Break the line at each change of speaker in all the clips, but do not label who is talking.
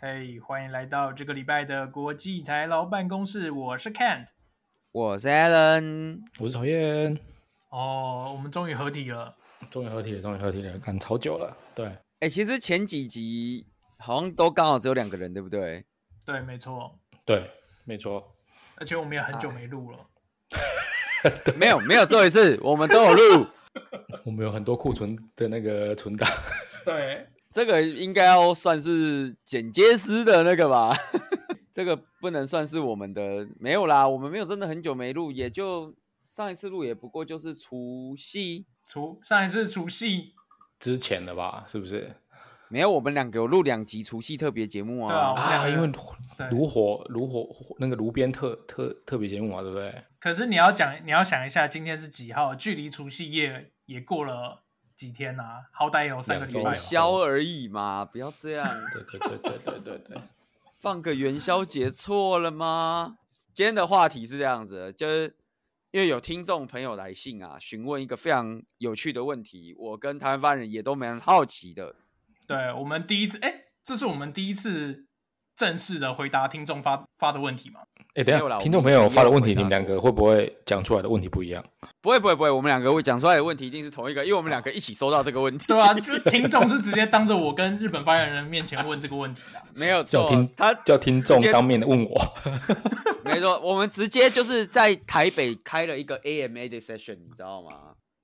嘿欢迎来到这个礼拜的国际台劳办公室，我是 Kent。
我是 Alan，
我是讨厌，
哦，我们终于合体了，
终于合体了，终于合体了，干好久了。对，
哎、其实前几集好像都刚好只有两个人，对不对？
对，没错，
对，没错，
而且我们也很久
啊
没录了。
没有，没有这一次，我们都有录。
我们有很多库存的那个存档，
对，
这个应该要算是剪接师的那个吧？ 这个不能算是我们的，没有啦，我们没有真的很久没录，也就上一次录也不过就是除夕，
除上一次除夕，
之前的吧，是不是？
没有我们两个有录两集除夕特别节目
对啊，我
啊。
们两
啊，
个
因为
对
炉火炉火那个炉边特特特别节目嘛，对不对？
可是你要讲，你要想一下，今天是几号？距离除夕夜也过了几天啊？好歹也有三个礼
两
拜吧
周了。
宵而已嘛，不要这样，
对对对对对对 对，
放个元宵节错了吗？今天的话题是这样子的，就是因为有听众朋友来信啊，询问一个非常有趣的问题，我跟台湾发言人也都蛮好奇的。
对，我们第一次，哎，这是我们第一次正式的回答听众发发的问题嘛？
哎，等一
没有啦
下，
我
听众
们
朋
以前
友
也
发的
有
问
回
题，
答
你们两
过
个会不会讲出来的问题不一样？
不会不会不会，我们两个会讲出来的问题一定是同一个，因为我们两个一起收到这 个问题，
对啊，就听众是直接当着我跟日本发言人面前问这个问题啊。
没有
叫
错
听。
他
叫听众
直接
当面的 问我，
没错，我们直接就是在台北开了一个 AMA 的 session，你知道吗？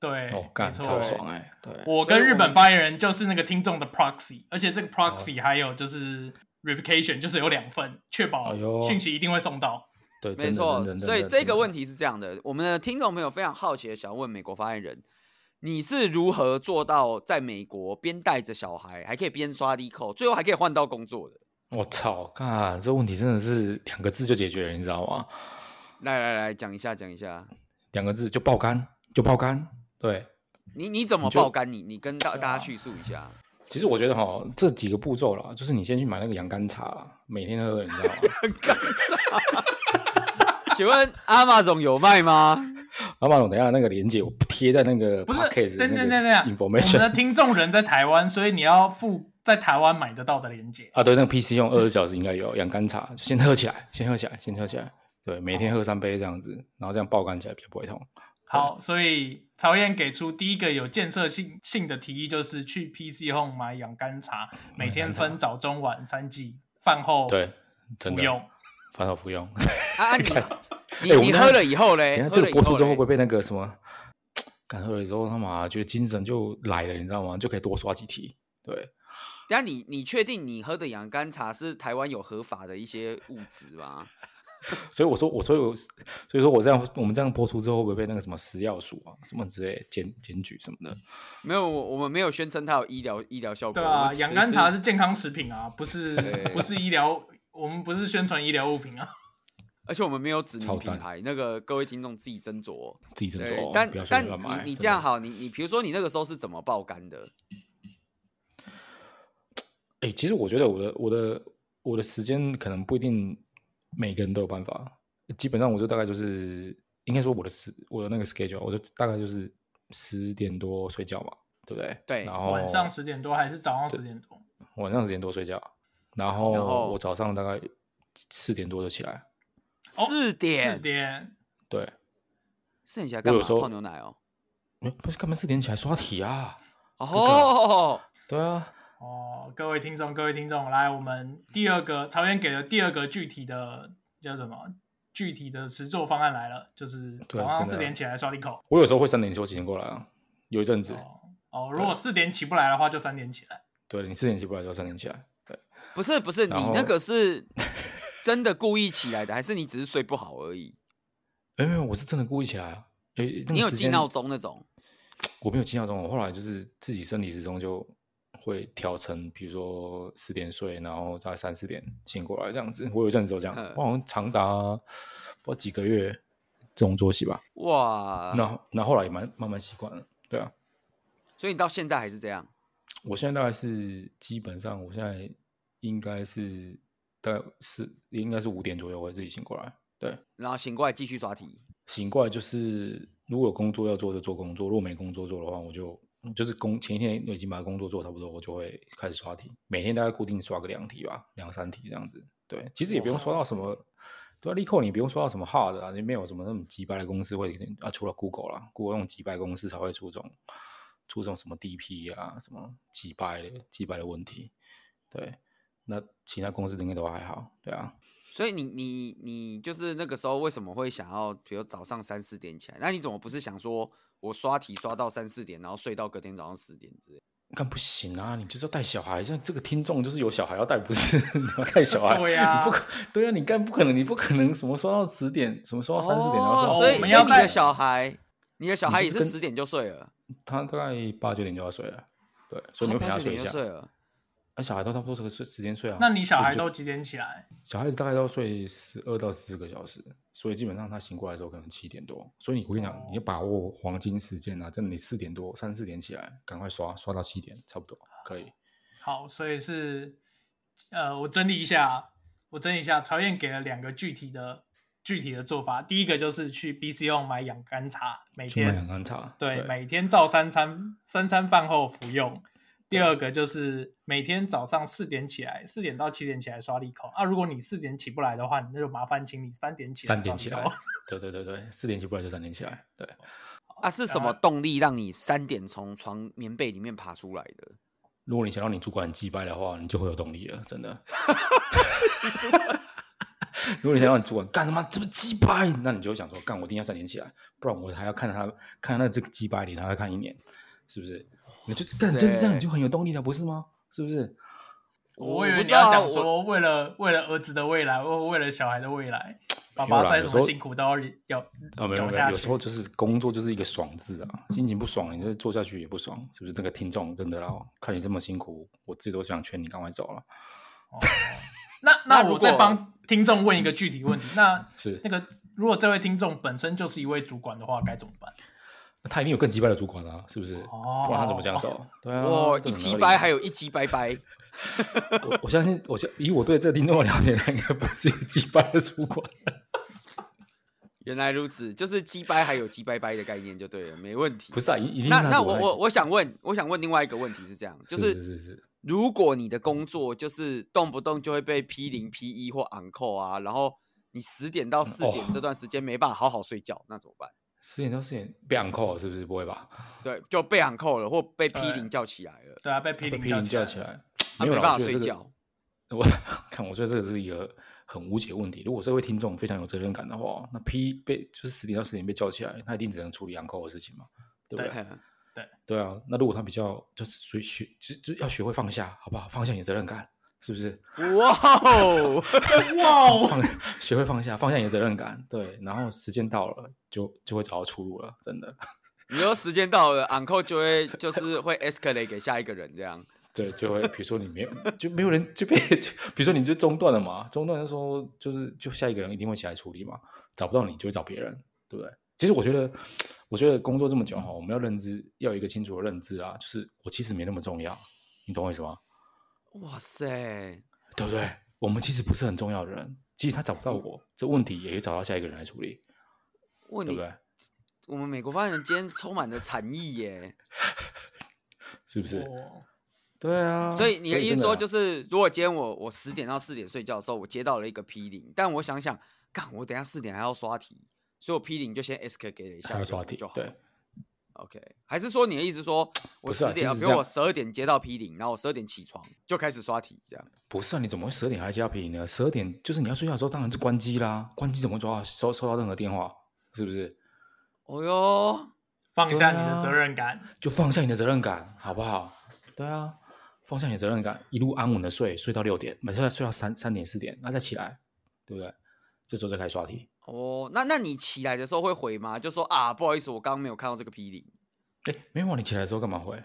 对，
哦，干
没
超
错。
爽哎！对，
我
所以
跟
我
日本
们
发言人就是那个听众的 proxy，而且这
哦
个 proxy 还有就是 verification，就是有两份，确保
哎呦
讯息一定会送到。
对，
没错，所以这个问
题，
题是这样的，我们的听众朋友非常好奇的想问美国发言人，你是如何做到在美国边带着小孩，还可以边刷 D 扣，最后还可以换到工作的？
我操，干这问题真的是两个字就解决了，你知道吗？
来来来，讲一下讲一下，
两个字就爆肝，就爆肝。对，
你你怎么
你就
爆肝你？你跟大大家叙述一下。
其实我觉得哈，这几个步骤啦，就是你先去买那个洋甘茶，每天喝，你知道吗？
请问阿玛总有卖吗？
老板，我等一下那个链接我贴在那个
不
podcast
是，
的
等
那
等等
个
等等，我们的
information
听众人在台湾，所以你要付在台湾买得到的链接。
啊，对，那个 PC 用二十小时应该有洋甘茶，就先喝起来，先喝起来，先喝起来。对，每天喝三杯这样子，然后这样爆肝起来比较不会痛。
好，所以曹燕给出第一个有建设性性的提议，就是去 PC Home 买养肝茶，每天分早中晚三剂，饭后
对，真
服
的，
用。
反手服用。
啊，啊 你你、
哎我们
你
这
喝
样
了以后
等 一
嘞
下，
喝
这
了
个
以
播出之后
嘞
会不会被那个什么？干喝了之后，他妈觉得精神就来了，你知道吗？就可以多刷几题。对，
等一下你你确定你喝的洋甘茶是台湾有合法的一些物质吗？
所以我说，我所以我所以说我这样，我们这样播出之后，会不会被那个什么食药署啊什么之类检检举什么的？
没有，我我们没有宣称它有医疗医疗效果。
对
我
啊
们，只
养肝茶是健康食品啊，不是不是医疗，我们不是宣传医疗物品啊。
而且我们没有指
超
明
赞
品牌，那个各位听众自己斟酌。
自己斟
对
酌，，哦
但
不要随
但
便乱买。
你你
真的
这样，好，你你比如说你那个时候是怎么爆肝的？
哎、其实我觉得我的我的我的时间可能不一定每个人都有办法，基本上我就大概就是应该说我的时我的那个 schedule，我就大概就是十点多睡觉嘛，对不对？
对
然后
晚上十点多还是早上十点多？
晚上十点多睡觉，然后
然后
我早上大概四点多就起来，
哦
四
四
点，
点。
对，
四点起来
我
干
有
嘛？
时候
泡牛奶哦。
诶不是干嘛四点起来刷题啊？
哦，
对啊，
哦，各位听众，各位听众，来，我们第二个曹燕给的第二个具体的叫什么？具体的实作方案来了，就是
对
早上
真的
四点起来刷利口。
我有时候会三点休息先过来啊，有一阵子，
哦哦，如果四点起不来的话，就三点起来。
对你四点起不来就三点起来，对，
不是不是，你
然后
那个是 真的故意起来的，还是你只是睡不好而已？
哎没有，我是真的故意起来啊，哎、那个
你有
时
记
间
闹钟那种？
我没有记闹钟，我后来就是自己生理时钟就会调成，比如说十点睡，然后大概三四点醒过来这样子。我有一阵子都这样
嗯，
我好像长达不知道几个月这种作息吧。
哇，
那、那后来也蛮慢慢习惯了，对啊。
所以你到现在还是这样？
我现在大概是基本上，我现在应该是大概是应该是五点左右我会自己醒过来，对。
然后醒过来继续刷题。
醒过来就是，如果有工作要做就做工作，如果没工作做的话，我就就是工前一天我已经把工作做差不多，我就会开始刷题，每天大概固定刷个两题吧，两三题这样子。对，其实也不用刷到什么，对啊，力扣你不用刷到什么 hard 啊，你没有什么那种击败的公司会啊，除了 Google 啦，Google 那种击败公司才会出这种出这种什么 DP 啊，什么击败的击败的问题。对，那其他公司应该都还好，对啊。
所以你你你就是那个时候为什么会想要，比如早上三四点起来？那你怎么不是想说我刷题刷到三四点，然后睡到隔天早上十点之类？
干不行啊！你就是要带小孩，像这个听众就是有小孩要带，不是 你要带小孩，
对呀
你不可对啊，你干不可能，你不可能什么说到十点，什么说到三四点，然后说
哦
哦
所以
我
所
们
以
要
你
带
的小孩，你的小孩也
就是
是
跟
十点就睡了，
他大概八九点就要睡了，对，所以你
哦
会陪
八
他
九点
一
就
下
睡。了。
那、小孩都差不多这个睡时间睡啊。
那你小
所以
孩
就
都几点起来？
小孩子大概都要睡十二到十四个小时，所以基本上他醒过来的时候可能七点多。所以你我跟你讲，你要把握黄金时间啊！真的，你四点多三四点起来，赶快刷刷到七点，差不多可以。
好，所以是呃，我整理一下，我整理一下，曹燕给了两个具体的具体的做法。第一个就是去 B C O 买养肝茶，每
去买两
天
干茶，
对每天照三餐三餐饭后服用。第二个就是每天早上四点起来，四点到七点起来刷利口啊。如果你四点起不来的话，你那就麻烦请你三点起来。
三点起来， 对对对对，四点起不来就三点起来，对。
啊，是什么动力让你三点从床棉被里面爬出来的？
如果你想让你主管击败的话，你就会有动力了，真的。 如果你想让你主管干他妈这么击败，那你就会想说，干我一定要三点起来，不然我还要看他看他那这个击败脸，还要看一年，是不是？你就是干就是这样，你就很有动力了，不是吗？是不是？
我以
不
为
知
你
道
要
啊
讲
我
说，为了为了儿子的未来，为为了小孩的未来，爸
没有
爸
啦
再
有
怎
时
么
候
辛苦都要要
啊，没有
咬
没有，
下
有
去
时。候就是工作就是一个爽字啊，心情不爽，你这做下去也不爽，是不是？那个听众真的啦，哦看你这么辛苦，我自己都想劝你赶快走了。
那那
那如
我
果
再帮听众问一个具体问题，那
是
那个如果这位听众本身就是一位主管的话，该怎么办？
他一定有更击败的主管啊，是不是？
哦
不然他怎么这样走？对啊，
哇，
这
一
很合
击
理
掰还有一击掰掰，
我我相信，我相以我对这个听众的了解，他应该不是一个击败的主管。
原来如此，就是击掰还有击掰掰的概念就对了，没问题。
不是啊，一一定是
那
他
那
主
我
管
我我想问，我想问另外一个问题是这样，就是
是是是，
如果你的工作就是动不动就会被 P 零 P 一或 on call 啊，然后你十点到四点
哦
这段时间没办法好好睡觉，那怎么办？
十点到四点被 on call 是不是？不会吧？
对，就被 on call 了，或被 P 零
对
叫起来了，
对啊，被批
被
评
批评
叫
叫
起
起
来。
来，
啊，
哎有
没
啦
办
我
法
觉得
睡
这个
觉。
我 看，我觉得这个是一个很无解的问题。如果这位听众非常有责任感的话，那 P 被就是十点到十点被叫起来，他一定只能处理 on call 的事情嘛，对不对？
嘿
对啊，那如果他比较就是学学就就要学会放下，好不好？放下你的责任感，是不是？
哇 哦，
哇哦，
放 学会放下，放下你的责任感，对，然后时间到了就就会找到出路了，真的，
你说时间到了，on call 就会就是会 escalate 给下一个人这样。
对，就会比如说你没有就没有人就被，就比如说你就中断了嘛，中断的时候就是就下一个人一定会起来处理嘛，找不到你就会找别人，对不对？其实我觉得，我觉得工作这么久哈，我们要认知要有一个清楚的认知啊，就是我其实没那么重要，你懂我意思吗？
哇塞，
对不对？我们其实不是很重要的人，即使他找不到我，这问题也会找到下一个人来处理，
问
对
你
不，对？
我们美国发言人今天充满了禅意耶。
是不是？对啊，
哦所以你的意思说，就是是如果今天我我十点到四点睡觉的时候，我接到了一个 P 零，但我想想，干，我等一下四点还要刷题，所以我 P 零就先 S K 给了一下
还要刷题
就好。
对。
OK，还是说你的意思说，我
不是啊
十点，
其实
比
是
如
这
我
样
十二点接到 P 零，然后我十二点起床就开始刷题，这样？
不是啊？你怎么会十二点还接到 P 零呢？十二点就是你要睡觉的时候，当然是关机啦。关机怎么会收到收收到任何电话？是不是？
哦哟，
放下你
对
的
啊
责任感，
就放下你的责任感，好不好？对啊，放下你的责任感，一路安稳的睡，睡到六点，每次睡到三三点四点，那再起来，对不对？这时候再开始刷题。
哦，那那你起来的时候会回吗？就说啊，不好意思，我刚刚没有看到这个 P 零。
哎，没有啊，你起来的时候干嘛会？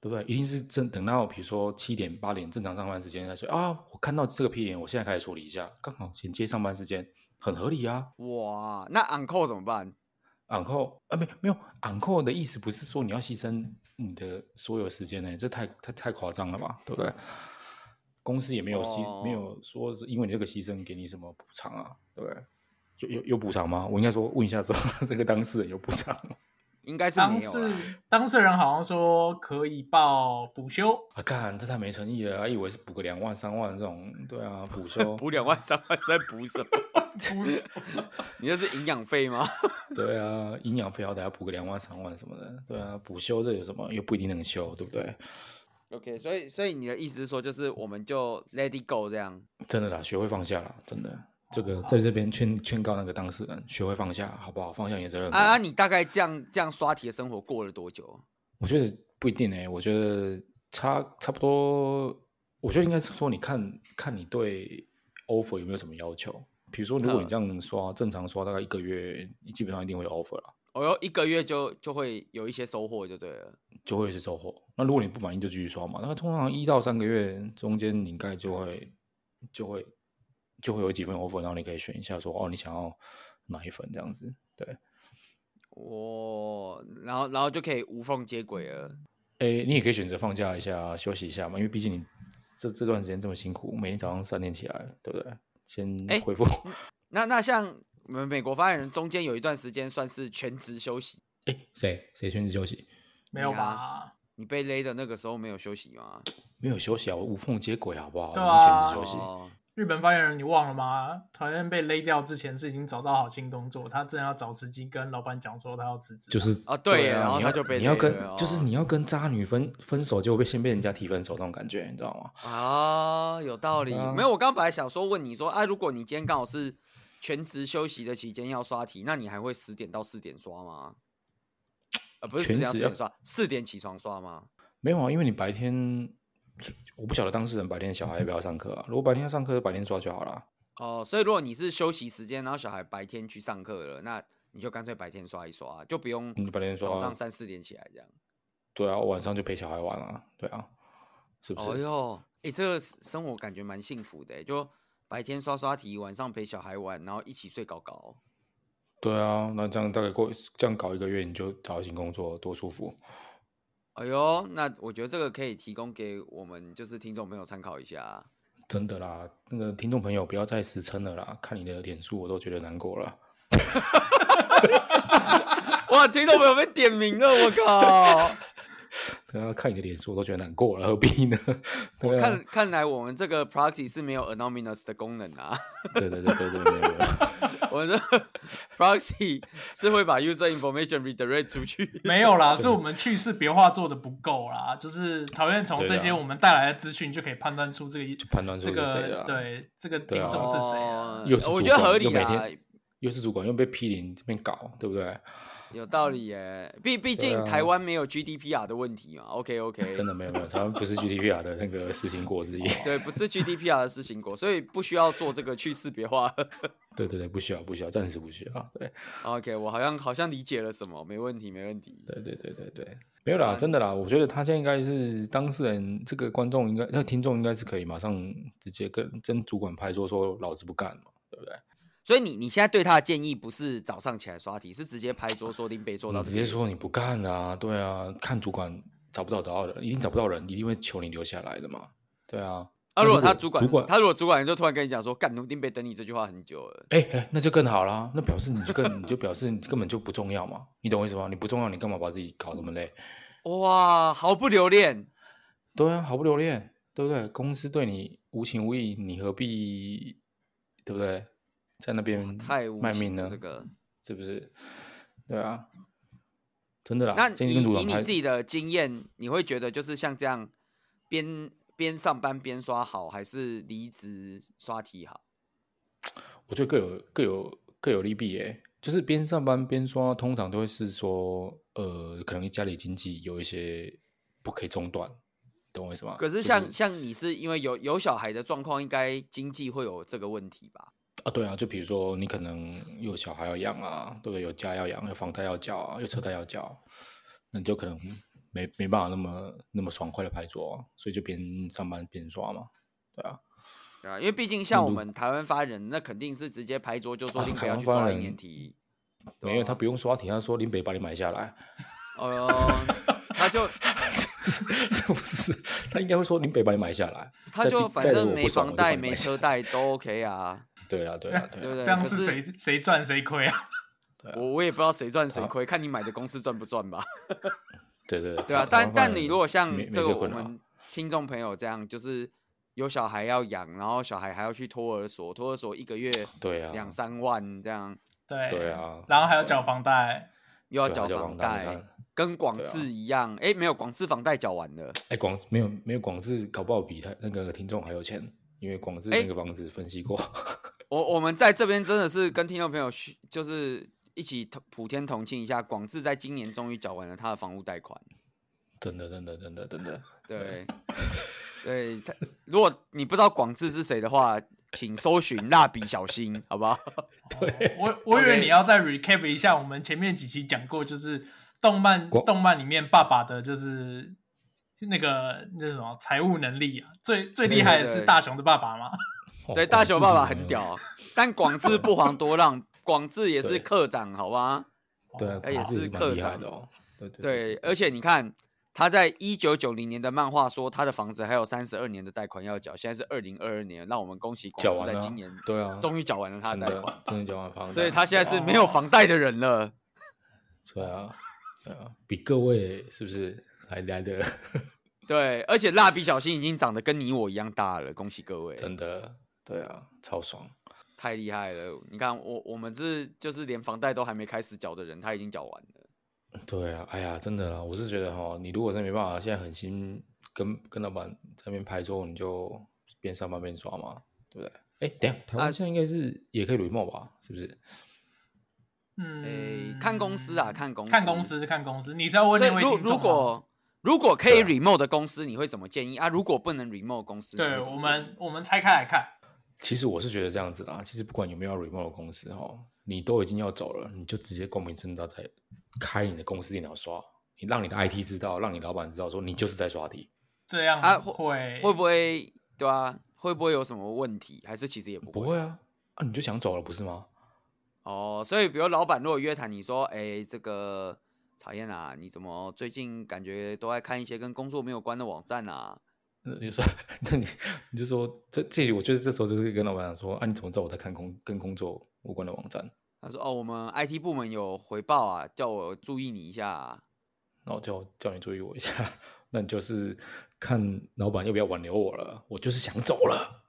对不对？一定是正等到比如说七点八点正常上班时间再睡啊。我看到这个 P 点，我现在开始处理一下，刚好衔接上班时间，很合理啊。
哇，那 on call 怎么办？
昂扣啊，没没有昂扣的意思不是说你要牺牲你的所有时间呢、这太太太夸张了吧，对不对？公司也没有牺、没有说是因为你这个牺牲给你什么补偿 啊，对不对？有有有补偿吗？我应该说问一下说 这个当事人有补偿吗？
应该是
当
没有
事
啦。
当事人好像说可以报补 休，
啊，干，这太没诚意了，还以为是补个两万三万这种，对啊，补休，
补两万三万是 在补什么？你那是营养费吗？
对啊，营养费好歹要补个两万三万什么的，对啊，补休这有什么？又不一定能休，对不对？
OK，所以所以你的意思是说，就是我们就 let it go 这样。
真的啦，学会放下啦，真的。
哦
这个在这边劝劝告那个当事人，学会放下，好不好？放下你的责任感。
啊，啊你大概这样这样刷题的生活过了多久？啊
我觉得不一定诶、我觉得差差不多，我觉得应该是说，你看看你对 offer 有没有什么要求。比如说，如果你
嗯
这样刷，正常刷大概一个月，你基本上一定会有 offer 啦，
哦哟，一个月就就会有一些收获就对了。
就会有些收获。那如果你不满意，就继续刷嘛。那通常一到三个月中间，你应该就会就会就会有几份 offer，然后你可以选一下说，哦，你想要哪一份这样子。对，
哦，然后然后就可以无缝接轨了。
诶，你也可以选择放假一下，啊休息一下嘛，因为毕竟你这这段时间这么辛苦，每天早上三点起来，对不对？
诶
先恢复。
那那像我们美国发言人中间有一段时间算是全职休息，
诶， 谁谁全职休息？
没有
你
吧
啊？你被勒的那个时候没有休息吗？
没有休息啊，我无缝接轨，好不好？
对
我们
啊
全职休息。
哦，
日本发言人你忘了吗？团员被勒掉之前是已经找到好新工作，他正要找时机跟老板讲说他要辞职啊，
就是
啊对耶
啊
然后
你
他
要
就被
你要
累
跟
了
就
哦
是你要跟渣女分分手，结果被先被人家提分手那种感觉，你知道吗？
啊，有道理。
啊
没有，我刚本来想说问你说啊，如果你今天刚好是全职休息的期间要刷题，那你还会十点到四点刷吗？呃，不是十
全
点到
职
四
要
点刷，四点起床刷吗？
没有啊，因为你白天我不晓得当事人白天小孩要不要上课啊，如果白天要上课，白天抓就好了。
哦，所以如果你是休息时间，然后小孩白天去上课了，那你就干脆白天刷一刷，啊就不用
嗯白天
早
刷
上三四点起来这样。
对啊，晚上就陪小孩玩啊，对啊，是不是？
哦哟，哎、这个生活感觉蛮幸福的欸，就白天刷刷题，晚上陪小孩玩，然后一起睡搞搞。
对啊，那这样大概过这样搞一个月，你就找到新工作，多舒服。
哎呦，那我觉得这个可以提供给我们就是听众朋友参考一下。啊
真的啦，那个听众朋友不要再实撑了啦，看你的脸书我都觉得难过了。
哇，听众朋友被点名了，我 靠！
对啊，看你的脸书我都觉得难过了，何必呢？对啊，
看看来我们这个 proxy 是没有 anonymous 的功能啊，
对对对对对，没有没有。
我们这 个 proxy 是会把 user information redirect 出去。
没有啦，是我们去世别话做的不够啦，就是曹院从
对
这
啊
些我们带来的资讯就可以判断出这个
判断出
这
是谁
个
了。，
对这个
对啊
听众是谁啊？
哦
又是
我
主
觉得
管
合
又
理
每
啦，
天又是主管又被批评，这边搞，对不对？
有道理耶。毕毕
对
竟
啊
台湾没有 GDPR 的问题嘛。OK OK，
真的没有没有，台湾不是 GDPR 的那个实行过之一。
对，不是 GDPR 的事情国，所以不需要做这个去识别化。
对对对，不需要不需要，暂时不需要。对
OK，我好像好像理解了什么，没问题没问题。
对对对对对，没有啦，真的啦，我觉得他现在应该是当事人，这个观众应该，那听众应该是可以马上直接跟跟主管拍桌说老子不干嘛，对不对？
所以你你现在对他的建议不是早上起来刷题，是直接拍桌说林北做到
你
这
嗯直
个
接
月
说你不干啊，对啊，看主管找不到得到人，一定找不到人，一定会求你留下来的嘛，对啊。
啊，如果他主
主
管，
主管
他如果主管就突然跟你讲说，干，林北等你这句话很久了。
哎、哎、那就更好啦。那表示你就更，你就表示你根本就不重要嘛。你懂我意思吗？你不重要，你干嘛把自己搞那么累？
哇，毫不留恋。
对啊，毫不留恋，对不对？公司对你无情无义，你何必对不对？在那边
太无
卖
情
命
了
呢？
这个
是不是？对啊，真的啦。
那
建
以
议跟主
以
管
你
拍
自己的经验，你会觉得就是像这样边边上班边刷好，还是离职刷题好？
我觉得各有各有各有利弊耶、就是边上班边刷，通常都会是说，呃，可能家里经济有一些不可以中断，懂我意思吗？
可
就是
像、像你是因为有有小孩的状况，应该经济会有这个问题吧？
啊，对啊，就比如说你可能有小孩要养啊，对不对？有家要养，有房贷要缴啊，有车贷要缴，那你就可能没没办法那么那么爽快的拍桌、啊，所以就边上班边刷嘛，对啊。
对啊，因为毕竟像我们台湾发言人，那肯定是直接拍桌就说
啊
林北
台
要
湾
去
发
刷一
言
年题。对
没
啊
有，他不用刷题，他说林北把你买下来，
呃，他就
是不是？他应该会说林北把你买下来，
他
再
就
逼
反
再惹
正
我不
没
爽
房
我就把
贷
你买
没
下
车贷都 OK 啊，
对啦，对啦，啊
对
对
不
啦，
对？
这样
可
是谁谁赚谁亏啊？
对啊
我我也不知道谁赚谁亏，看你买的公司赚不赚 吧。
对对
对啊，
台
但
湾
但
饭
你
也
如果像
没没
这个我
困扰
们听众朋友这样，就是有小孩要养，然后小孩还要去托儿所，托儿所一个月
对啊
两三万这样，
对
对啊
然后还要缴房贷，
又要
对啊
缴
交
房
房贷
贷
你看，
跟广
对啊
智一样，哎，没有广智房贷缴完了，
哎、广没有没有广智搞不好比他那个听众还有钱，因为广智
哎
那个房子分析过，
我我们在这边真的是跟听众朋友去，就是一起同普天同庆一下，广智在今年终于缴完了他的房屋贷款。
真的真的真的真的，
对，对他，如果你不知道广智是谁的话，请搜寻蜡笔小新，好不好？
对我我以为
OK
你要再 recap 一下我们前面几期讲过，就是动漫
国
动漫里面爸爸的就是那个那什么财务能力啊，最最厉害的
对
是
对
大雄的爸爸嘛，
哦
对，大雄爸爸很，
广
屌，但广智不遑多让，广智也是
啊对
课长，好吧？
智是
哎
蛮有对
也
啊，广智
是
蛮
客
厉害
长
的哦，对对
对，而且你看。他在一九九零年的漫画说，他的房子还有三十二年的贷款要缴，现在是二零二二年，让我们恭喜广
缴
智
完
在
了
今年
对啊，
终于缴完了他
真
的贷款。
的真的缴完房贷，
所以他现在是没有
哦
房贷的人了。
对啊对啊，比各位是不是还来的
对，而且蜡笔小新已经长得跟你我一样大了，恭喜各位，
真的对啊，超爽，
太厉害了！你看我我们这就是连房贷都还没开始缴的人，他已经缴完
嗯
了。
对啊，哎呀，真的啊，我是觉得哈，你如果真没办法，现在狠心跟跟老板在那边拍桌，你就边上班边刷嘛，对不对？哎，等一下，台
啊
湾现在应该是也可以 remote 吧？是不是？
嗯，
诶、看公司啊，看公司，
看公。司看公司，你在问
所以
那位
如
听众啊
如
吗
果如果可以
对啊
remote 的公司，你会怎么建议啊？如果不能 remote 公司，你
对
会怎
我
么建
们
议
我们拆开来看，
其实我是觉得这样子啦，其实不管有没有 remote 的公司哈，你都已经要走了，你就直接光明正大在开你的公司电脑刷，你让你的 IT 知道，让你老板知道说你就是在刷题。
这样
啊会
会
会不会对啊？会不会有什么问题？还是其实也不
不
会？
会啊，啊你就想走了不是吗？
哦，所以比如老板如果约谈你说，哎、这个曹燕啊，你怎么最近感觉都在看一些跟工作没有关的网站啊？
那你就说， 那你你就说，这这，我觉得这时候就是跟老板讲说，啊，你怎么知道我在看工跟工作无关的网站？
他说，哦，我们 IT 部门有回报啊，叫我注意你一下、啊。
然后叫叫你注意我一下， 那你就是看老板要不要挽留我了，我就是想走了。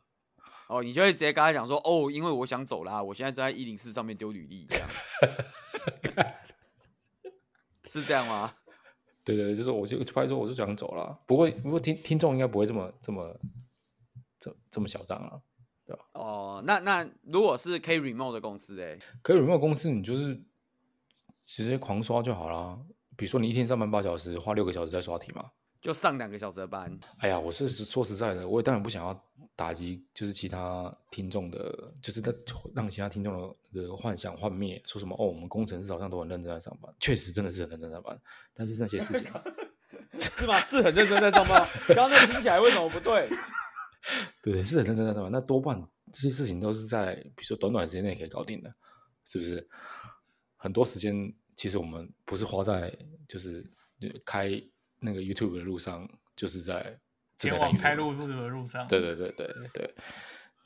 哦，你就会直接跟他讲说，哦，因为我想走啦，我现在正在一零四上面丢履历，这样是这样吗？
对对对，就是我就拍说我就想走了，不过不过听听众应该不会这么这么这这么嚣张啊。
哦，那那如果是 K remote 的公司、欸，
可是 remote 公司你就是直接狂刷就好啦，比如说你一天上班八小时，花六个小时在刷题嘛，
就上两个小时的班，
哎呀，我是实说实在的，我也当然不想要打击，就是其他听众的，就是他让其他听众的那个幻想幻灭，说什么哦，我们工程师好像都很认真在上班，确实真的是很认真在上班，但是那些事 情，
是吗？是很认真在上班吗，刚刚那听起来为什么不对？
对，是很认真在上班，那多半这些事情都是在比如说短短时间内可以搞定的，是不是？很多时间其实我们不是花在就是呃开那个 YouTube 的路上，就是在
前
正在
往
YouTube
开路路的路上，
对对对对对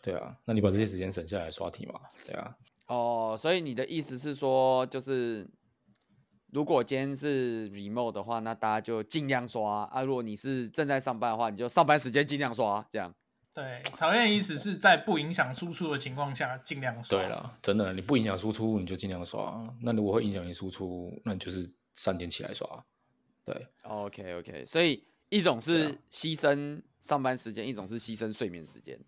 对啊！那你把这些时间省下来刷题嘛？对啊，
哦，所以你的意思是说，就是如果今天是 remote 的话，那大家就尽量刷啊；如果你是正在上班的话，你就上班时间尽量刷，这样。
对，曹燕的意思是在不影响输出的情况下尽量刷。
对啦，真的，你不影响输出，你就尽量刷。那如果会影响你输出，那你就是三点起来刷。对
OK OK，所以一种
对
是
啊
牺牲上班时间，一种是牺牲睡眠时间。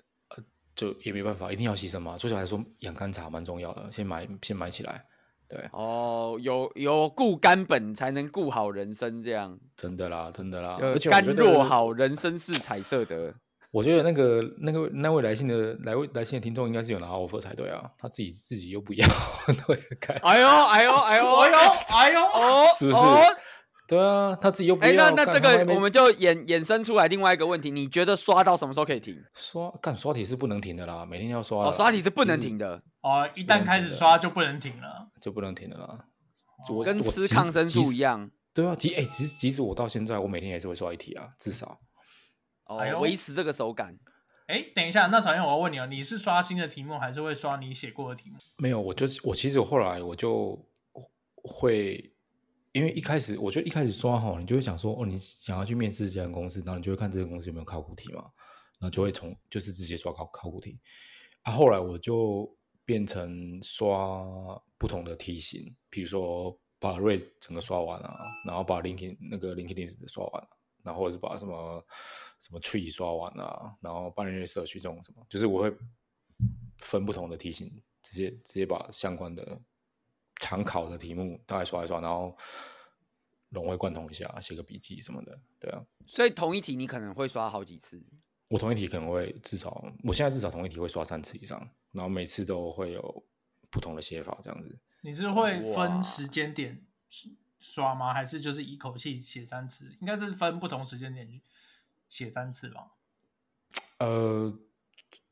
就也没办法，一定要牺牲嘛。所以还说养肝茶蛮重要的，先买先买起来。对，
哦，有有顾肝本才能顾好人生，这样。
真的啦，真的啦。
就
而且我
肝
觉得
若，好，人生是彩色的。
我觉得那个那个那位来信的来位来信的听众应该是有拿 offer 才对啊，他自己自己又不要 对看，
哎呦哎呦哎 呦
哎呦哎呦，
哦，
是不是
哦
对啊，他自己又不
哎、那
要。
那
干
这
他妈
个
那
我们就衍衍生出来另外一个问题，你觉得刷到什么时候可以停？
刷干刷题是不能停的啦，每天要刷的啦。
哦，刷题是不能停的，
哦，一旦开始刷就不能停了。
就不能停的啦。我
哦跟
我
吃
即
抗生
即
素一样。
对啊，即哎，即即使我到现在，我每天也是会刷一题啊，至少
哦
哎，呦
维持这个手感。
哎，等一下，那曹燕，我要问你哦，你是刷新的题目，还是会刷你写过的题目？
没有。我就我其实后来我就会，因为一开始我觉得一开始刷好，你就会想说，哦，你想要去面试这家公司，然后你就会看这个公司有没有考古题嘛，然后就会从就是直接刷考考古题。啊，后来我就变成刷不同的题型，比如说把瑞整个刷完啊，然后把 LinkedIn 那个 LinkedIn 的刷完、啊，然后或者是把什么什么 Tree 刷完啊，然后半日社区这种什么，就是我会分不同的题型，直接直接把相关的常考的题目大概刷一刷，然后融会贯通一下，写个笔记什么的，对啊。
所以同一题你可能会刷好几次。
我同一题可能会至少，我现在至少同一题会刷三次以上，然后每次都会有不同的写法，这样子。
你是会
哇
分时间点刷吗？还是就是一口气写三次？应该是分不同时间点写三次吧。
呃，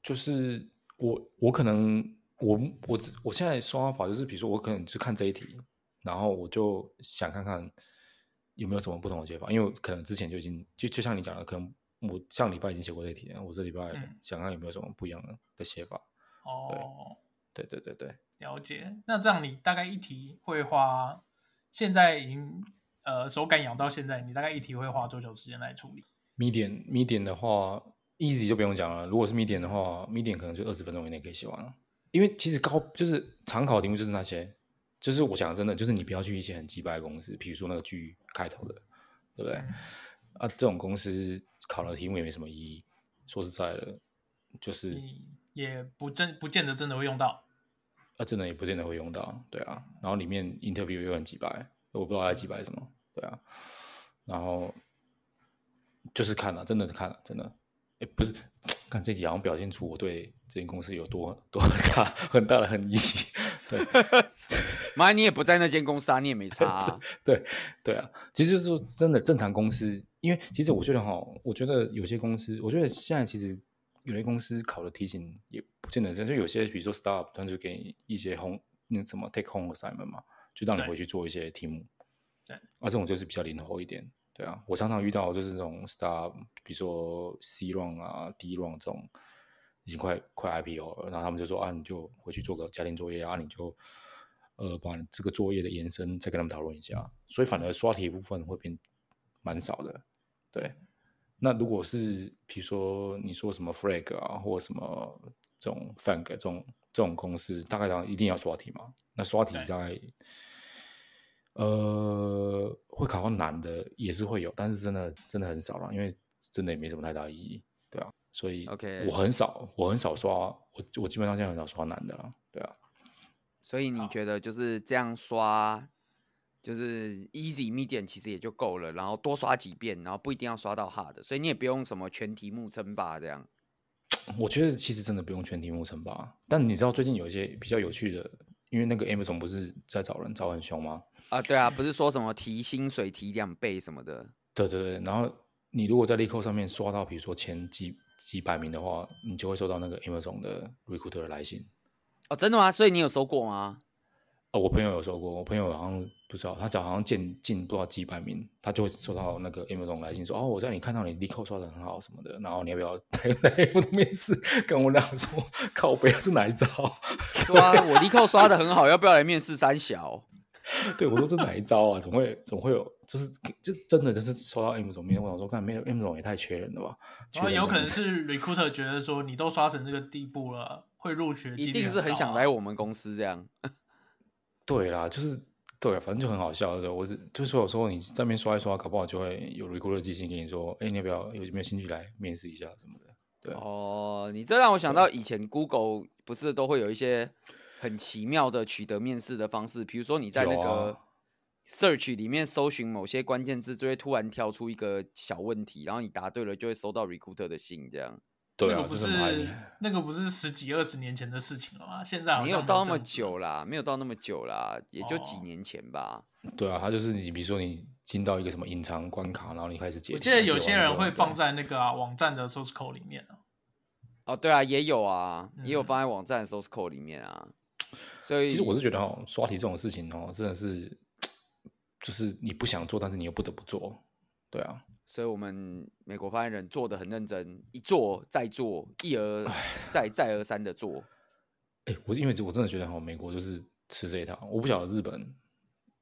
就是我我可能我我只我现在刷法就是，比如说我可能就看这一题，然后我就想看看有没有什么不同的解法，因为我可能之前就已经就就像你讲的，可能我上礼拜已经写过这一题了，我这礼拜
嗯
想看有没有什么不一样的的写法。
哦，
对对对对，
了解。那这样你大概一题会花，现在已经呃手感痒到现在，你大概一题会花多久时间来处理？
Medium Medium 的话，easy 就不用讲了。如果是 Medium 的话，Medium 可能就二十分钟以内可以写完了。因为其实高就是常考题目就是那些，就是我讲真的，就是你不要去一些很鸡掰的公司，比如说那个 G 开头的，对不对？啊，这种公司考的题目也没什么意义。说实在的，就是
你也不真不见得真的会用到。
啊，真的也不见得会用到，对啊。然后里面 interview 又很几百，我不知道在几百什么，对啊。然后就是看了、啊真的看了、真的，哎，不是，看这集好像表现出我对这间公司有多多大 很大的恨意，对
妈，你也不在那间公司啊，你也没差、啊。
对对啊。其实就是说真的，正常公司，因为其实我觉得哈，我觉得有些公司，我觉得现在其实。有些公司考的题型也不见得真，就有些比如说 stop，它就给你一些 home 那什么 take home assignment 嘛，就让你
对
回去做一些题目。
对
啊，这种就是比较灵活一点。对啊，我常常遇到就是这种 star，比如说 C round 啊、D round 这种已经快快 IPO 了，然后他们就说啊，你就回去做个家庭作业啊，你就呃把你这个作业的延伸再跟他们讨论一下。所以反而刷题的部分会变蛮少的。对，那如果是比如说你说什么 flag 啊，或什么这种 fang 这种这种公司，大概上一定要刷题嘛？那刷题
对
大概呃会考到难的也是会有，但是真的真的很少了，因为真的也没什么太大意义，对啊。所以
OK
我很少我很少刷，我我基本上现在很少刷难的了，对啊。
所以你觉得就是这样刷，就是 easy medium 其实也就够了，然后多刷几遍，然后不一定要刷到 hard，所以你也不用什么全题目称霸这样。
我觉得其实真的不用全题目称霸，但你知道最近有一些比较有趣的，因为那个 Amazon 不是在找人找很凶吗？
啊，对啊，不是说什么提薪水提两倍什么的，
对对对，然后你如果在 l i c o 上面刷到，比如说前几几百名的话，你就会收到那个 Amazon 的 recruiter 的来信。
哦，真的吗？所以你有收过吗？
哦，我朋友有收过，我朋友好像不知道，他只要好像进进不知道几百名，他就会收到那个 Amazon 来信说，哦，我在你看到你 l i c o 刷的很好什么的，然后你要不要 来来 Amazon 面试？跟我俩说， 靠背是哪一招？
对啊，我立刻刷的很好，要不要来面试三小？
对，我说这哪一招啊？总会总会有，就是就真的就是收到 M 总面，我想说，干没有 M 总也太缺人了吧？缺
然后
人
哦有
的
可
意
能
思
是 recruiter 觉得说你都刷成这个地步了，会入学
一定是很想来
我。
我们公司这样。
对啦，就是对，啊反正就很好笑的。我是就是说有时候你在那边刷一刷，搞不好就会有 recruiter 寄信给你说，哎，你要不要有没有兴趣来面试一下什么的？对，
哦，你这让我想到以前 Google 不是都会有一些很奇妙的取得面试的方式，比如说你在那
有
个
啊
search 里面搜寻某些关键字，就会突然跳出一个小问题，然后你答对了就会收到 recruiter 的信，这样。
对
那
啊
个，不
就是很嗨
是那个不是十几二十年前的事情了吗？现在好像
没有到那么
这样子
久啦，没有到那么久啦，也就几
哦
年前吧。
对啊，他就是你比如说你进到一个什么隐藏关卡，然后你开始解题，啊
我记得
然后
有
解
些
完之
人
后
会
对
放在那个、啊、网站的 source code 里面啊。
哦，对啊，也有啊，也有
嗯
放在网站的 source code 里面啊。所以
其实我是觉得哦，刷题这种事情哦，真的是，就是你不想做，但是你又不得不做，对啊，
所以我们美国发言人做的很认真，一做再做，一而再再而三的做。
哎，我因为我真的觉得哈，美国就是吃这一套，我不晓得日本，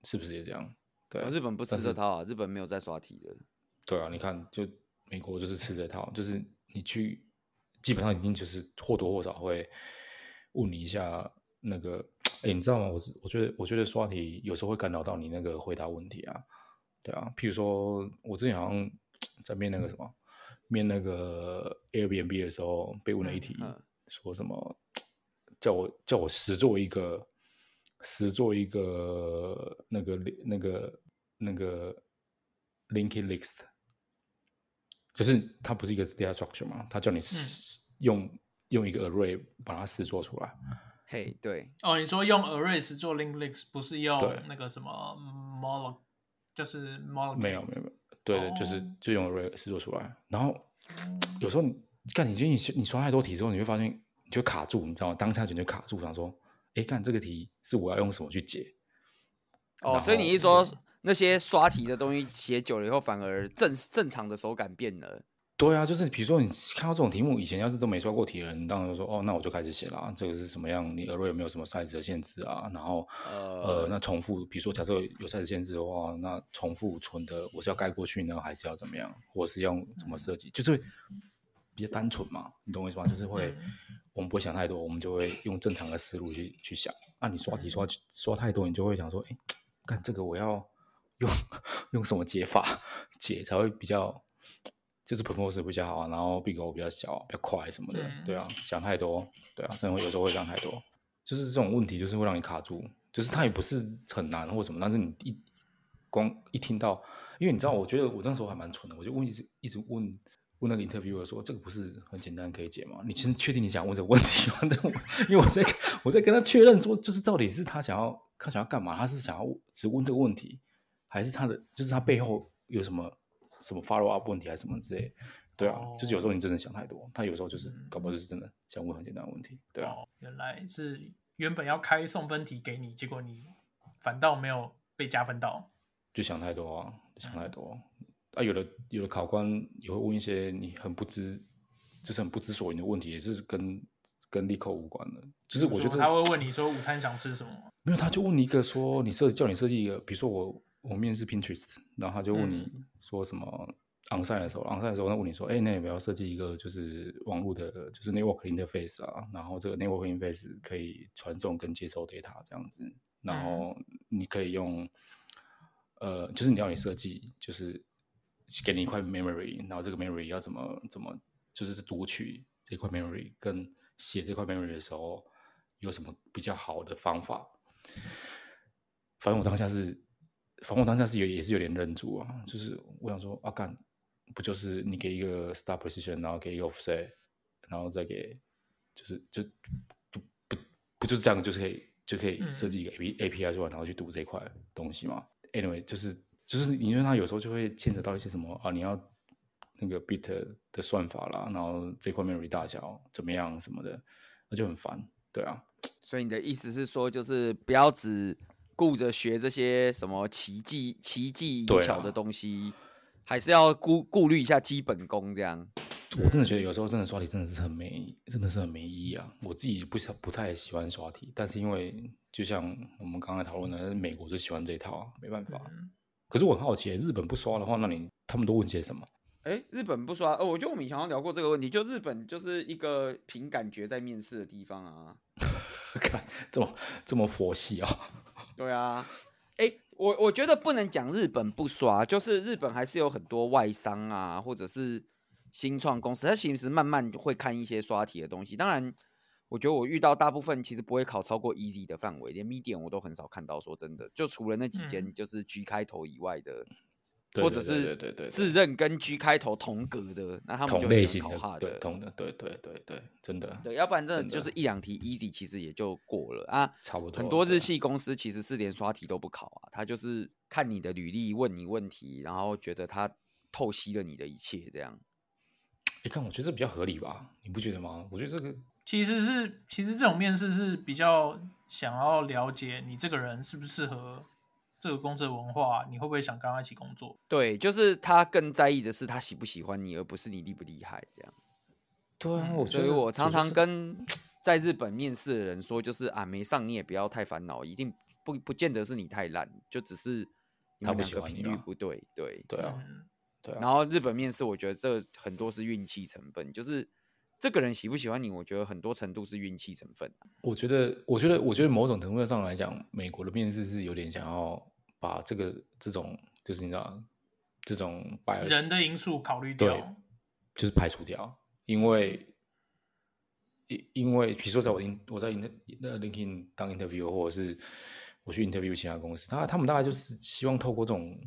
是不是也这样？ 对，
啊日本不吃这套啊，日本没有在刷题的。
对啊，你看，就美国就是吃这套，就是你去，基本上一定就是或多或少会问你一下那个，哎、你知道吗？我我觉得我觉得刷题有时候会干扰到你那个回答问题啊，对啊，譬如说我之前好像在面那个什么，面那个 Airbnb 的时候被问了一
嗯
题，
嗯
说什么叫我叫我实做一个实做一个那个那个那个 linking list，就是它不是一个 data structure 嘛，它叫你实用用一个 array 把它实做出来，
嘿，对，
哦，你说用 arrays 做 link links，不是用
对
那个什么 model，就是 model
没有没有没有，对对，就是
哦
就用 array 实做出来，然后有时候你干你觉得你你刷太多题之后，你会发现你就卡住，你知道吗？当下就就卡住，想说，哎，干这个题是我要用什么去解？
哦，
然
所以你
后
一说那些刷题的东西写久了以后，反而正正常的手感变了。
对啊，就是比如说你看到这种题目，以前要是都没刷过题的人，当然就说哦，那我就开始写啦。这个是什么样？你 array 有没有什么 size 的限制啊？然后呃
呃
那重复，比如说假设有 size 限制的话，那重复存的我是要盖过去呢，还是要怎么样，或是要怎么设计？就是比较单纯嘛，你懂我意思吗？就是会、我们不会想太多，我们就会用正常的思路去去想。啊，你刷题刷刷太多，你就会想说，哎，干这个我要用 用什么解法 解才会比较，就是 performance 比较好啊，然后 big O 比较小啊、比较快什么的，
嗯
对啊，想太多，对啊，真的会有时候会想太多，就是这种问题就是会让你卡住，就是它也不是很难或什么，但是你一光一听到，因为你知道，我觉得我那时候还蛮蠢的，我就问一直一直问。问那个 interviewer 说：“这个不是很简单可以解吗？你其实确定你想问这个问题吗？” 但我因为我在我在跟他确认说，就是到底是他想要他想要干嘛？他是想要只问这个问题，还是他的就是他背后有什么什么 follow up 问题还是什么之类的？对啊，就是有时候你真的想太多，他有时候就是搞不好就是真的想问很简单的问题，对啊，
哦，原来是原本要开送分题给你，结果你反倒没有被加分到。
就想太多啊，就想太多啊。有的有的考官也会问一些你很不知，就是很不知所云的问题，也是跟跟立扣无关的。就是我觉
比
得
如说他会问你说午餐想吃什么，
没有，他就问你一个说你设计叫你设计一个，比如说我我面试 Pinterest，然后他就问你说什么 onsite 的时候，onsite 的时候他问你说，哎，那你不要设计一个就是网络的，就是 network interface 啊，然后这个 network interface 可以传送跟接收 data 这样子，然后你可以用，呃，就是你要你设计，就是给你一块 memory，然后这个 memory 要怎么怎么，就是读取这块 memory 跟写这块 memory 的时候有什么比较好的方法。反正我当下是，反正我当下是有也是有点愣住啊，就是我想说啊干，不就是你给一个 start position，然后给一个 offset，然后再给就是就就不不就是这样，就是可以就可以
嗯
设计一个 A P A P I 出来，然后去读这一块东西嘛。Anyway，就是就是你因为它有时候就会牵扯到一些什么啊，你要那个 bit 的算法啦，然后这块 memory 大小怎么样什么的，那就很烦，对啊。
所以你的意思是说，就是不要只顾着学这些什么奇技、奇技淫
对
巧
啊
的东西，还是要顾顾虑一下基本功，这样。
我真的觉得有时候真的刷题真的是很没，真的是很没意义啊！我自己不是不太喜欢刷题，但是因为就像我们刚才讨论的，美国就喜欢这一套啊，没办法。
嗯
可是我很好奇，欸日本不刷的话，那你他们都问些什么？
哎，日本不刷，哦，我觉得我们以前好像聊过这个问题，就日本就是一个凭感觉在面试的地方啊。
看这么这么佛系啊、
对啊，哎、我我觉得不能讲日本不刷，就是日本还是有很多外商啊，或者是新创公司，它其实慢慢会看一些刷题的东西。当然，我觉得我遇到大部分其实不会考超过 easy 的范围，连 medium 我都很少看到。说真的，就除了那几间
嗯
就是 G 开头以外的，
对
或
对
者
对
是
对对对
自认跟 G 开头同格的，那他们
同
就
类
很喜
型
欢考 hard
的，对同的，对对对对，真的
对，要不然真的
真的
就是一两题 easy，其实也就过了啊。
差不多。
很多
对
日系公司其实是连刷题都不考啊，他就是看你的履历，问你问题，然后觉得他透析了你的一切，这样。
哎，看我觉得这比较合理吧？你不觉得吗？我觉得这
嗯
个
其实是其实这种面试是比较想要了解你这个人适不适合这个公司的文化，你会不会想跟他一起工作？
对，就是他更在意的是他喜不喜欢你，而不是你厉不厉害这样。
对啊，
嗯
我觉
所
得
以我常
觉
常
得
跟在日本面试的人说，就是啊，没上你也不要太烦恼，一定不不见得是你太烂，就只是你
他
们
不
两
喜
个
欢你
频率
吧
不对，对。
对啊，
嗯
对啊。
然后日本面试，我觉得这很多是运气成分，就是这个人喜不喜欢你，我觉得很多程度是运气成分。啊
我觉得，我觉得，我觉得某种程度上来讲，美国的面试是有点想要把这个这种，就是你知道，这种 bias
人的因素考虑
对
掉，，
就是排除掉，因为因因为比如说在我 in 我在 in 那 LinkedIn 当 interview，或者是我去 interview 其他公司，他他们大概就是希望透过这种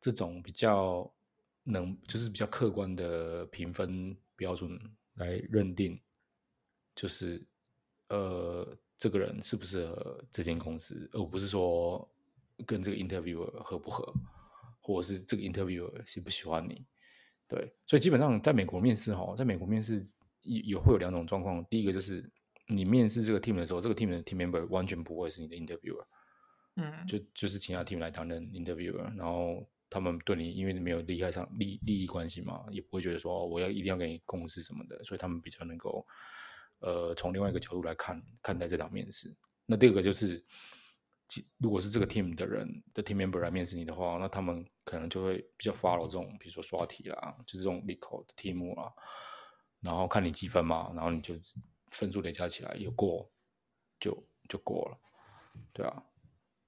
这种比较能就是比较客观的评分标准来认定，就是呃这个人适不适合这间公司，而不是说跟这个 interviewer 合不合，或者是这个 interviewer 喜不喜欢你。对，所以基本上在美国面试哈，在美国面试有有会有两种状况，第一个就是你面试这个 team 的时候，这个 team 的 team member 完全不会是你的 interviewer，
嗯，
就就是其他 team 来担任 interviewer，然后他们对你因为没有利害上利利益关系嘛，也不会觉得说、哦我要一定要给你公司什么的，所以他们比较能够呃从另外一个角度来看看待这场面试。那第二个就是，其如果是这个 team 的人的 team member 来面试你的话，那他们可能就会比较 follow 这种，比如说刷题啦，就是这种 l e c o 的题目啦，然后看你积分嘛，然后你就分数累加起来有过就就过了，对啊。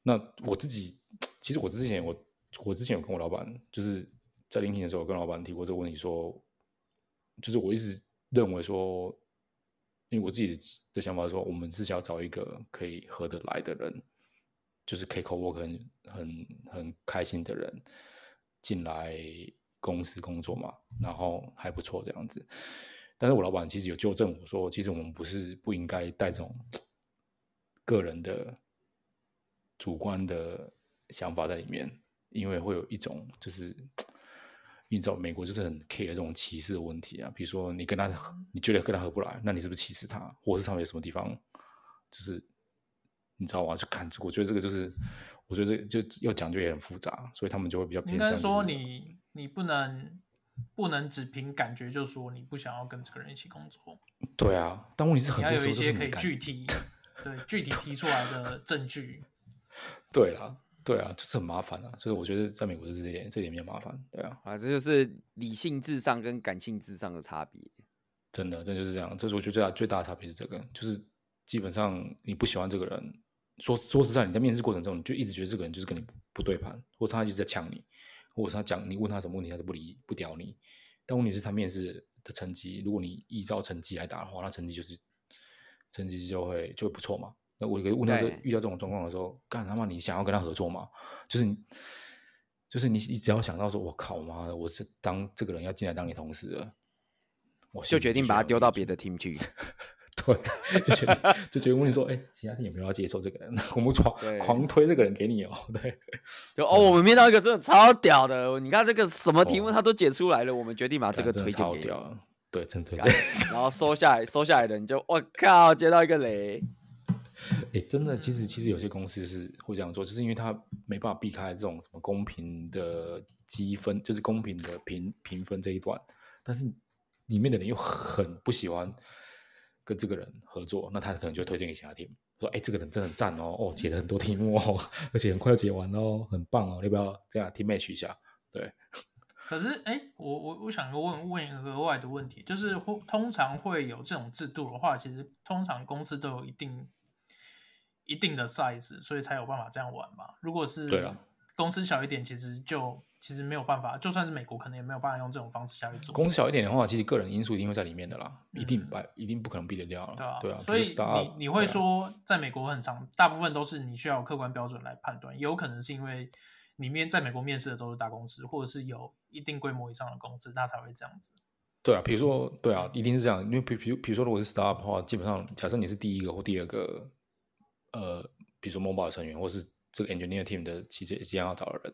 那我自己，其实我之前我我之前有跟我老板，就是在聆听的时候，我跟老板提过这个问题说就是我一直认为说，因为我自己的想法是说，我们是想要找一个可以合得来的人，就是可以 co work 很很很开心的人进来公司工作嘛，然后还不错这样子。但是我老板其实有纠正我说，其实我们不是不应该带这种个人的主观的想法在里面，因为会有一种就是，你知道美国就是很 care 这种歧视的问题啊，比如说你跟他合
嗯
你觉得跟他合不来，那你是不是歧视他，或是他们有什么地方就是你知道吗？就看我觉得这个就是，我觉得这就要讲究也很复杂，所以他们就会比较偏
应
向、
该
就是。
说你你不能不能只凭感觉就说你不想要跟这个人一起工作，
对啊，但问题是
你
很
要有
多时
一
候就是
些
你
可以
感
具体对具体提出来的证据。
对啦，对啊，就是很麻烦啊。所以我觉得在美国就是这点，这点比较麻烦。对啊，
啊，这就是理性至上跟感性至上的差别。
真的，这就是这样。这是我觉得最大最大的差别是这个，就是基本上你不喜欢这个人，说说实在，你在面试过程中，你就一直觉得这个人就是跟你不不对盘，或者他一直在呛你，或者他讲你问他什么问题，他都不理不屌你。但问题是，他面试的成绩，如果你依照成绩来打的话，那成绩就是成绩就会就会不错嘛。那我问到这
对
遇到这种状况的时候，干他妈你想要跟他合作吗？就是你，就是你，你只要想到说，我靠妈的，我是当这个人要进来当你同事了，我心
就
里
决定
觉
把它
得
丢到
有
别的 team 去。
对，就决定就决定问你说，哎、其他店有没有要接受这个人？我们
对
狂狂推这个人给你哦，对，
就哦，我们面到一个真的超屌的，你看这个什么题目
哦
他都解出来了，我们决定啊把这
干
个
真
推
的
荐
超
给哎你
屌，了，对，真的推
干
荐。
然后收下来，收下来的你就我靠，接到一个雷，
哎、真的，其
嗯
实其实有些公司是会这样做，就是因为他没办法避开这种什么公平的呃积分，就是公平的评评分这一段，但是里面的人又很不喜欢跟这个人合作，那他可能就推荐给其他 team，说：“哎、这个人真的很赞哦，哦，解了很多题目哦， 而且很快要解完哦，很棒哦，要不要这样 team match 一下？”对，
可是，哎，我我我想问问一个额外的问题，就是会通常会有这种制度的话，其实通常公司都有一定一定的 size，所以才有办法这样玩嘛。如果
对
是
啊
公司小一点，其实就其实没有办法，就算是美国，可能也没有办法用这种方式下去做，
公司小一点的话，其实个人因素一定会在里面的啦，一定
嗯
百一定不可能避得掉了，
对吧、
对啊，
所以
比如 startup，
你你会
对啊
说，在美国很长，大部分都是你需要有客观标准来判断，也有可能是因为里面在美国面试的都是大公司，或者是有一定规模以上的公司，那才会这样子。
对啊，比如说，对啊，一定是这样，因为比比如比如说，如果是 startup 的话，基本上假设你是第一个或第二个，呃，比如说 mobile 成员，或是这个 engineer team 的旗舰即将要找的人，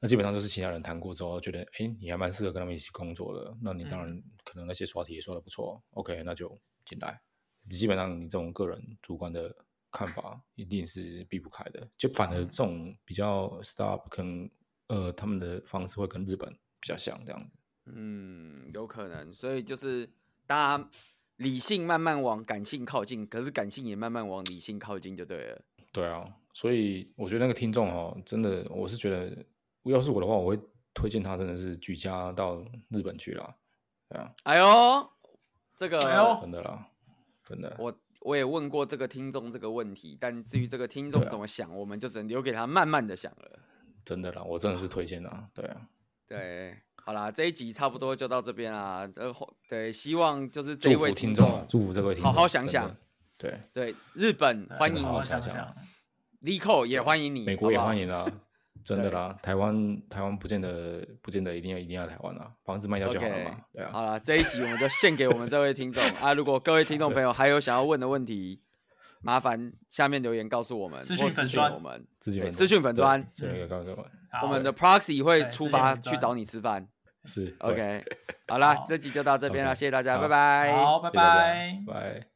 那基本上就是其他人谈过之后，觉得哎，你还蛮适合跟他们一起工作的，那你当然可能那些刷题也刷的不错、o k 那就进来。基本上你这种个人主观的看法一定是避不开的，就反而这种比较 startup 跟呃他们的方式会跟日本比较像这样子。
嗯，有可能，所以就是大家理性慢慢往感性靠近，可是感性也慢慢往理性靠近就对了。
对啊，所以我觉得那个听众哦，真的，我是觉得，要是我的话，我会推荐他真的是举家到日本去啦，对啊，
哎呦，这个、
哎呦
真的啦，真的，
我我也问过这个听众这个问题，但至于这个听众
对啊
怎么想，我们就只能留给他慢慢的想了。
真的啦，我真的是推荐啦，对啊，
对，好啦，这一集差不多就到这边啦。这后对，希望就是这
祝
一
福
位
听众啊
众，，
祝福这位听众，
好好想
真的
想，
对，
对日本
对
欢迎
好
你
哎好
我
想
想想
想，
，Lico 也欢迎你，
美国也
好不好
欢迎 啦，真的
对
啦，台湾台湾不见得不见得一定要一定要台湾啦，房子卖掉就好了
OK，
嘛，对啊，
好了，这一集我们就献给我们这位听众 啊！如果各位听众朋友还有想要问的问题，麻烦下面留言告诉我们，
私
或
讯
私
粉
讯
专
我们。
自己
对私讯粉专，嗯
这个告诉我，
好
我们的 Proxy 会
对
出
私讯
发
粉
去
专
找你吃饭。
是对
OK，好啦
好，
这集就到这边了，
OK，
谢谢大家，
好
拜拜。
好，拜
谢谢大家
拜。
拜。